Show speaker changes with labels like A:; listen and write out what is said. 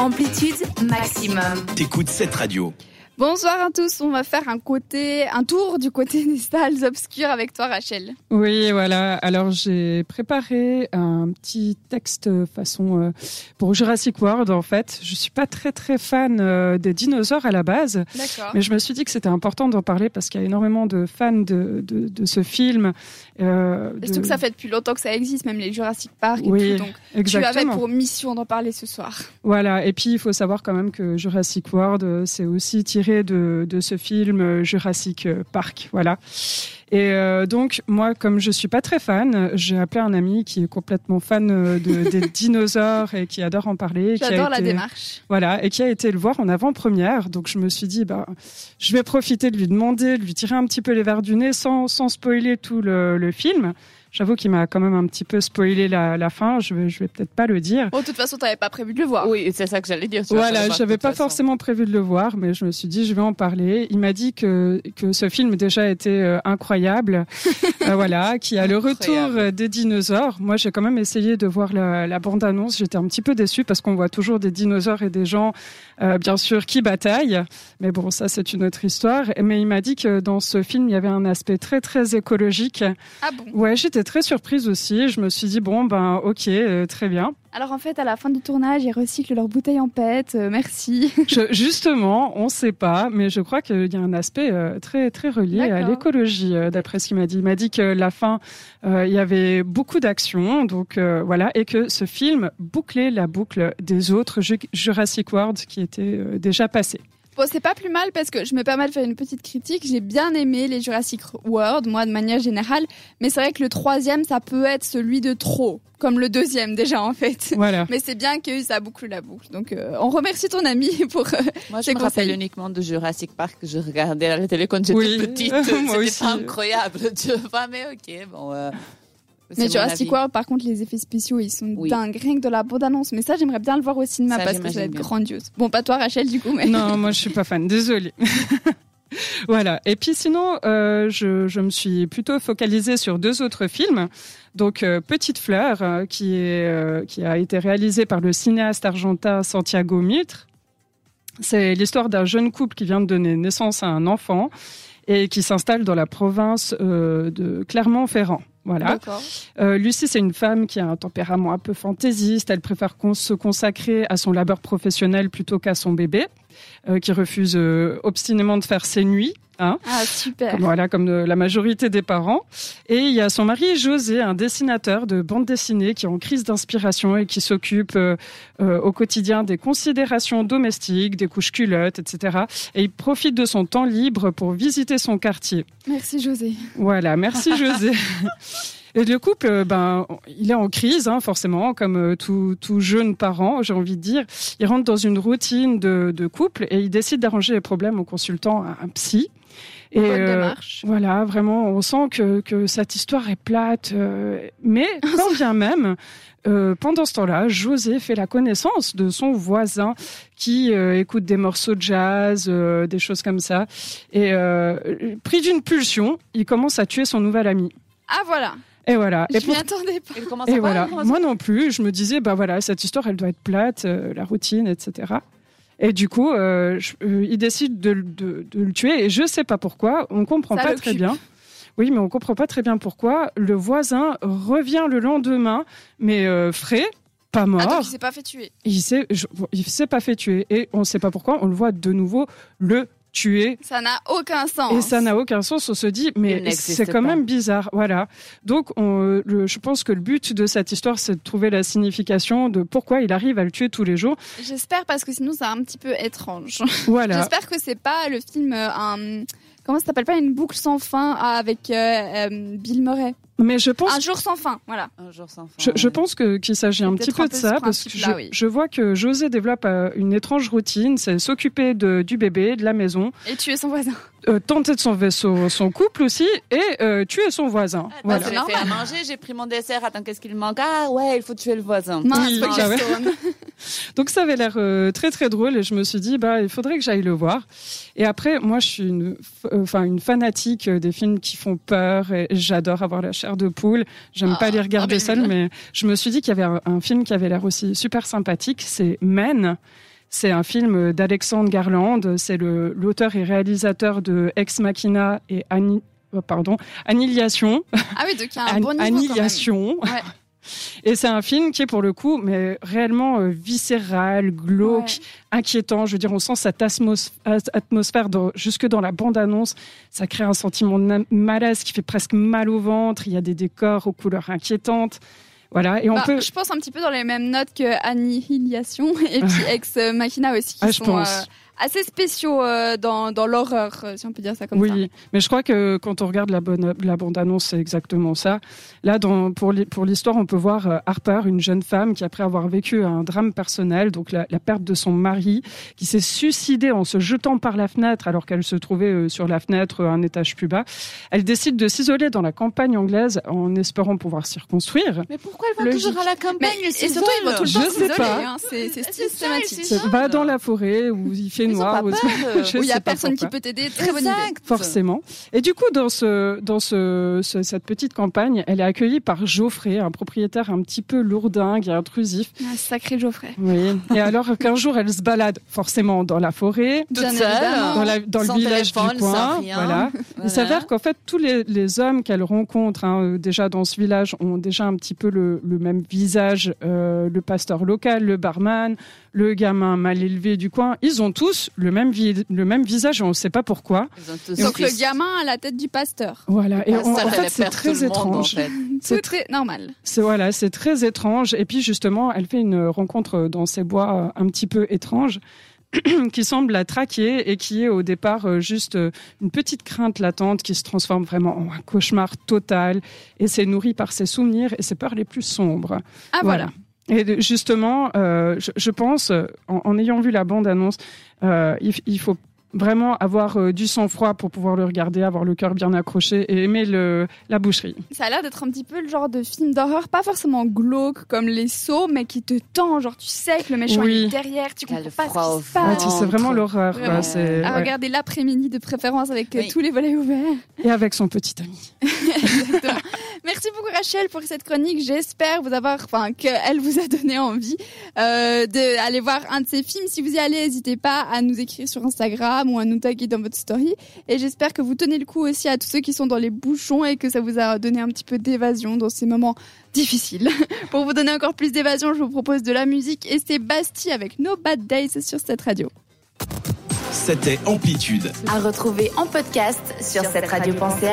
A: Amplitude maximum.
B: T'écoutes cette radio.
C: Bonsoir à tous, on va faire un, côté, un tour du côté des salles obscures avec toi Rachel.
D: Oui, voilà. Alors j'ai préparé un petit texte façon euh, pour Jurassic World en fait. Je suis pas très très fan euh, des dinosaures à la base,
C: D'accord.
D: mais je me suis dit que c'était important d'en parler parce qu'il y a énormément de fans de, de, de ce film. euh, de-
C: Surtout que ça fait depuis longtemps que ça existe, même les Jurassic Park et
D: Oui,
C: tout. Donc tu avais
D: exactement.
C: pour mission d'en parler ce soir.
D: Voilà, et puis il faut savoir quand même que Jurassic World, euh, c'est aussi tiré de, de ce film euh, Jurassic Park, voilà. Et euh, donc, moi, comme je suis pas très fan, j'ai appelé un ami qui est complètement fan euh, de- des dinosaures et qui adore en parler. qui a
C: J'adore la
D: été-
C: démarche.
D: Voilà, et qui a été le voir en avant-première. Donc, je me suis dit, bah, je vais profiter de lui demander, de lui tirer un petit peu les verres du nez sans, sans spoiler tout le, le film. J'avoue qu'il m'a quand même un petit peu spoilé la, la fin, je vais, je vais peut-être pas le dire.
C: Bon, de toute façon, t'avais pas prévu de le voir.
E: Oui, c'est ça que j'allais dire. tu vas
D: Ah. Voilà,
E: savoir, de
D: j'avais
E: toute
D: pas
E: façon.
D: forcément prévu de le voir, mais je me suis dit je vais en parler. Il m'a dit que que ce film déjà était euh, incroyable, Euh, voilà, qui a le retour
E: Incroyable.
D: euh, des dinosaures. Moi, j'ai quand même essayé de voir la, la bande annonce. J'étais un petit peu déçue parce qu'on voit toujours des dinosaures et des gens, euh, bien sûr, qui bataillent. Mais bon, ça c'est une autre histoire. Mais il m'a dit que dans ce film, il y avait un aspect très très écologique.
C: Ah bon
D: Ouais, j'étais très surprise aussi. Je me suis dit bon ben ok, euh, très bien.
C: Alors en fait, à la fin du tournage, ils recyclent leurs bouteilles en PET. euh, merci.
D: Je- justement, on ne sait pas, mais je crois qu'il y a un aspect euh, très très relié à
C: D'accord.
D: l'écologie, euh, d'après ce qu'il m'a dit. Il m'a dit que la fin, euh, il y avait beaucoup d'actions, donc euh, voilà, et que ce film bouclait la boucle des autres Ju- Jurassic World qui étaient euh, déjà passés.
C: Bon, c'est pas plus mal parce que je me permets de faire une petite critique. J'ai bien aimé les Jurassic World, moi, de manière générale. Mais c'est vrai que le troisième, ça peut être celui de trop. Comme le deuxième, déjà, en fait.
D: Voilà.
C: Mais c'est bien que ça boucle la boucle. Donc, euh, on remercie ton ami pour. euh,
E: Moi, je
C: Tes
E: me rappelle
C: conseils.
E: uniquement de Jurassic Park que je regardais à la télé quand j'étais
D: Oui,
E: petite.
D: moi aussi.
E: C'était pas incroyable, tu vois, mais ok, bon. euh, c'est
C: Mais
E: mon
C: Jurassic
E: avis.
C: World, par contre, les effets spéciaux, ils sont
E: Oui.
C: dingues. Rien que de la bande-annonce. Mais ça, j'aimerais bien le voir au cinéma
E: Ça,
C: parce que ça va
E: j'imagine
C: être
E: bien.
C: grandiose. Bon, pas toi, Rachel, du coup, mais.
D: Non, moi je suis pas fan, désolée. voilà. Et puis sinon, euh, je, je me suis plutôt focalisée sur deux autres films. Donc euh, Petite fleur, euh, qui est euh, qui a été réalisé par le cinéaste argentin Santiago Mitre. C'est l'histoire d'un jeune couple qui vient de donner naissance à un enfant et qui s'installe dans la province euh, de Clermont-Ferrand. Voilà.
C: D'accord.
D: Euh, Lucie, c'est une femme qui a un tempérament un peu fantaisiste. Elle préfère cons- se consacrer à son labeur professionnel plutôt qu'à son bébé, euh, qui refuse euh, obstinément de faire ses nuits. hein.
C: Ah, super.
D: Comme- voilà, comme euh, la majorité des parents. Et il y a son mari José, un dessinateur de bande dessinée qui est en crise d'inspiration et qui s'occupe euh, euh, au quotidien des considérations domestiques, des couches culottes, etc. Et il profite de son temps libre pour visiter son quartier.
C: Merci, José.
D: Voilà, merci José. Et le couple, euh, ben, il est en crise, hein, forcément, comme euh, tout, tout jeune parent, j'ai envie de dire. Il rentre dans une routine de, de couple et il décide d'arranger les problèmes en consultant un, un psy. Et
C: Bonne
D: euh,
C: démarche.
D: voilà, vraiment, on sent que, que cette histoire est plate. euh, mais quand bien même, euh, pendant ce temps-là, José fait la connaissance de son voisin qui euh, écoute des morceaux de jazz, euh, des choses comme ça. Et euh, pris d'une pulsion, il commence à tuer son nouvel ami.
C: Ah, voilà.
D: Et voilà.
C: Je
D: Et
C: m'y attendais pas.
E: Il commence à
D: et
E: voir,
D: voilà.
E: il commence à-
D: Moi non plus, je me disais, bah voilà, cette histoire, elle doit être plate, euh, la routine, etc. Et du coup, euh, je- euh, il décide de, le- de- de le tuer. Et je sais pas pourquoi, on comprend
C: Ça
D: pas
C: l'occupe.
D: très bien. Oui, mais on comprend pas très bien pourquoi. Le voisin revient le lendemain, mais euh, frais, pas mort.
C: Ah, donc, il s'est pas fait tuer.
D: Il s'est, je- bon, il s'est pas fait tuer. Et on sait pas pourquoi, on le voit de nouveau le tuer
C: Ça n'a aucun sens.
D: et ça n'a aucun sens. On se dit,
E: Il
D: mais
E: n'existe
D: c'est quand
E: pas.
D: même bizarre. Voilà. Donc, on, euh, le- je pense que le but de cette histoire, c'est de trouver la signification de pourquoi il arrive à le tuer tous les jours.
C: J'espère parce que sinon c'est un petit peu étrange.
D: Voilà.
C: J'espère que c'est pas le film euh, un comment ça s'appelle pas une boucle sans fin ah, avec euh, euh, Bill Murray.
D: Mais je pense.
C: Un jour sans fin, voilà.
E: Un jour sans fin.
D: Je, je
E: ouais.
D: pense que qu'il s'agit un
C: C'est
D: petit
C: peut-être un
D: peu de
C: peu ce
D: ça parce que je,
C: principe-là, oui.
D: je vois que José développe euh, une étrange routine, c'est s'occuper de- du bébé, de la maison,
C: Et tuer son voisin.
D: euh, tenter de sauver son, son couple aussi et euh, tuer son voisin.
C: Ah,
E: Attends,
D: Voilà.
E: je Ah, l'ai fait à manger, j'ai pris mon dessert. Attends, qu'est-ce qu'il manque Ah ouais, il faut tuer le voisin.
C: Non, c'est
D: Oui,
C: pas
D: bah
C: Jason.
D: Donc ça avait l'air euh, très très drôle et je me suis dit bah il faudrait que j'aille le voir. Et après moi je suis une f- euh, enfin une fanatique euh, des films qui font peur et j'adore avoir la chair de poule. J'aime
E: Ah,
D: pas les
E: ah,
D: regarder
E: mais-
D: seuls mais je me suis dit qu'il y avait un, un film qui avait l'air aussi super sympathique, c'est Men. C'est un film euh, d'Alexandre Garland, c'est le l'auteur et réalisateur de Ex Machina et Annie oh, pardon, Annihilation.
C: Ah oui, donc il y a un
D: An-
C: bon niveau.
D: Annihilation.
C: Quand même. Ouais.
D: Et c'est un film qui est pour le coup, mais réellement euh, viscéral, glauque, inquiétant. Je veux dire, on sent cette atmos- at- atmosphère dans- jusque dans la bande-annonce. Ça crée un sentiment de na- malaise qui fait presque mal au ventre. Il y a des décors aux couleurs inquiétantes. Voilà, et on
C: Bah,
D: peut.
C: Je pense un petit peu dans les mêmes notes que Annihilation et puis Ex Machina aussi, qui
D: Ah, je
C: sont
D: pense.
C: euh, assez spéciaux euh, dans, dans l'horreur, euh, si on peut dire ça comme
D: oui,
C: ça.
D: mais je crois que quand on regarde la, bonne, la bande-annonce, c'est exactement ça. Là, dans, pour l'hi- pour l'histoire, on peut voir euh, Harper, une jeune femme qui, après avoir vécu un drame personnel, donc la, la perte de son mari, qui s'est suicidée en se jetant par la fenêtre alors qu'elle se trouvait euh, sur la fenêtre euh, un étage plus bas, elle décide de s'isoler dans la campagne anglaise en espérant pouvoir s'y reconstruire.
E: Mais pourquoi elle va
C: Logique.
E: toujours à la
C: Mais,
E: campagne
C: et
E: c'est
C: surtout, ils vont tout le temps
D: Je sais
C: s'isoler.
D: pas.
C: hein, c'est- C'est
E: C'est ça,
C: systématique.
E: c'est ça.
D: Va dans la forêt où il fait
E: Ils ont
D: noir.
E: pas
D: où-
E: peur.
D: Je
C: Où il n'y
D: sais
C: a
D: pas
C: personne qui
D: pourquoi.
C: peut t'aider. Très bonne idée.
E: Exact.
D: Forcément. Et du coup, dans, ce, dans ce, ce- cette petite campagne, elle est accueillie par Geoffrey, un propriétaire un petit peu lourdingue et intrusif.
C: Ah, sacré Geoffrey.
D: Oui. Et alors qu'un jour, elle se balade forcément dans la forêt,
E: Toute
C: Bien
E: seule.
C: évidemment.
D: dans, la- dans le
E: Sans
D: village
E: téléphone,
D: du
E: sans
D: coin.
E: rien.
D: Voilà. Il
E: Voilà.
D: s'avère qu'en fait, tous les, les hommes qu'elle rencontre hein, euh, déjà dans ce village ont déjà un petit peu le, le même visage. euh, le pasteur local, le barman, le gamin mal élevé du coin, ils ont tous le même, vi- le même visage et on ne sait pas pourquoi.
E: Ils ont tous
C: Donc le
E: fils.
C: gamin à la tête du pasteur.
D: Voilà, et
E: Ah,
D: on-
E: ça
D: en fait
E: perdre
D: c'est
E: tout le
D: très
E: monde, en
D: étrange.
E: fait.
D: C'est
C: C'est très normal.
D: C'est voilà, c'est très étrange. Et puis justement, elle fait une rencontre dans ces bois euh, un petit peu étrange qui semble la traquer et qui est au départ euh, juste euh, une petite crainte latente qui se transforme vraiment en un cauchemar total et c'est nourri par ses souvenirs et ses peurs les plus sombres.
C: Ah voilà.
D: Et de- justement, euh, je, je pense, euh, en, en ayant vu la bande-annonce, euh, il, f- il faut vraiment avoir euh, du sang-froid pour pouvoir le regarder, avoir le cœur bien accroché et aimer le, la boucherie.
C: Ça a l'air d'être un petit peu le genre de film d'horreur, pas forcément glauque comme les sauts, mais qui te tend. Genre, tu sais que le méchant
D: Oui.
C: il est derrière, tu
E: T'as
C: comprends
E: le
C: pas
E: froid
C: ce
E: au
C: qui se
D: Ah,
C: passe.
D: tu- c'est vraiment
E: Entre-
D: l'horreur.
C: Vraiment.
D: quoi, c'est-
C: À
D: ouais.
C: regarder l'après-midi de préférence avec euh,
E: Oui.
C: tous les volets ouverts.
D: Et avec son petit ami.
C: Merci beaucoup Rachel pour cette chronique. J'espère vous avoir, enfin, qu'elle vous a donné envie euh, d'aller voir un de ces films. Si vous y allez, n'hésitez pas à nous écrire sur Instagram ou à nous taguer dans votre story. Et j'espère que vous tenez le coup aussi à tous ceux qui sont dans les bouchons et que ça vous a donné un petit peu d'évasion dans ces moments difficiles. pour vous donner encore plus d'évasion, je vous propose de la musique et c'est Basti avec No Bad Days sur cette radio.
B: C'était Amplitude.
A: À retrouver en podcast sur cette radio.ch.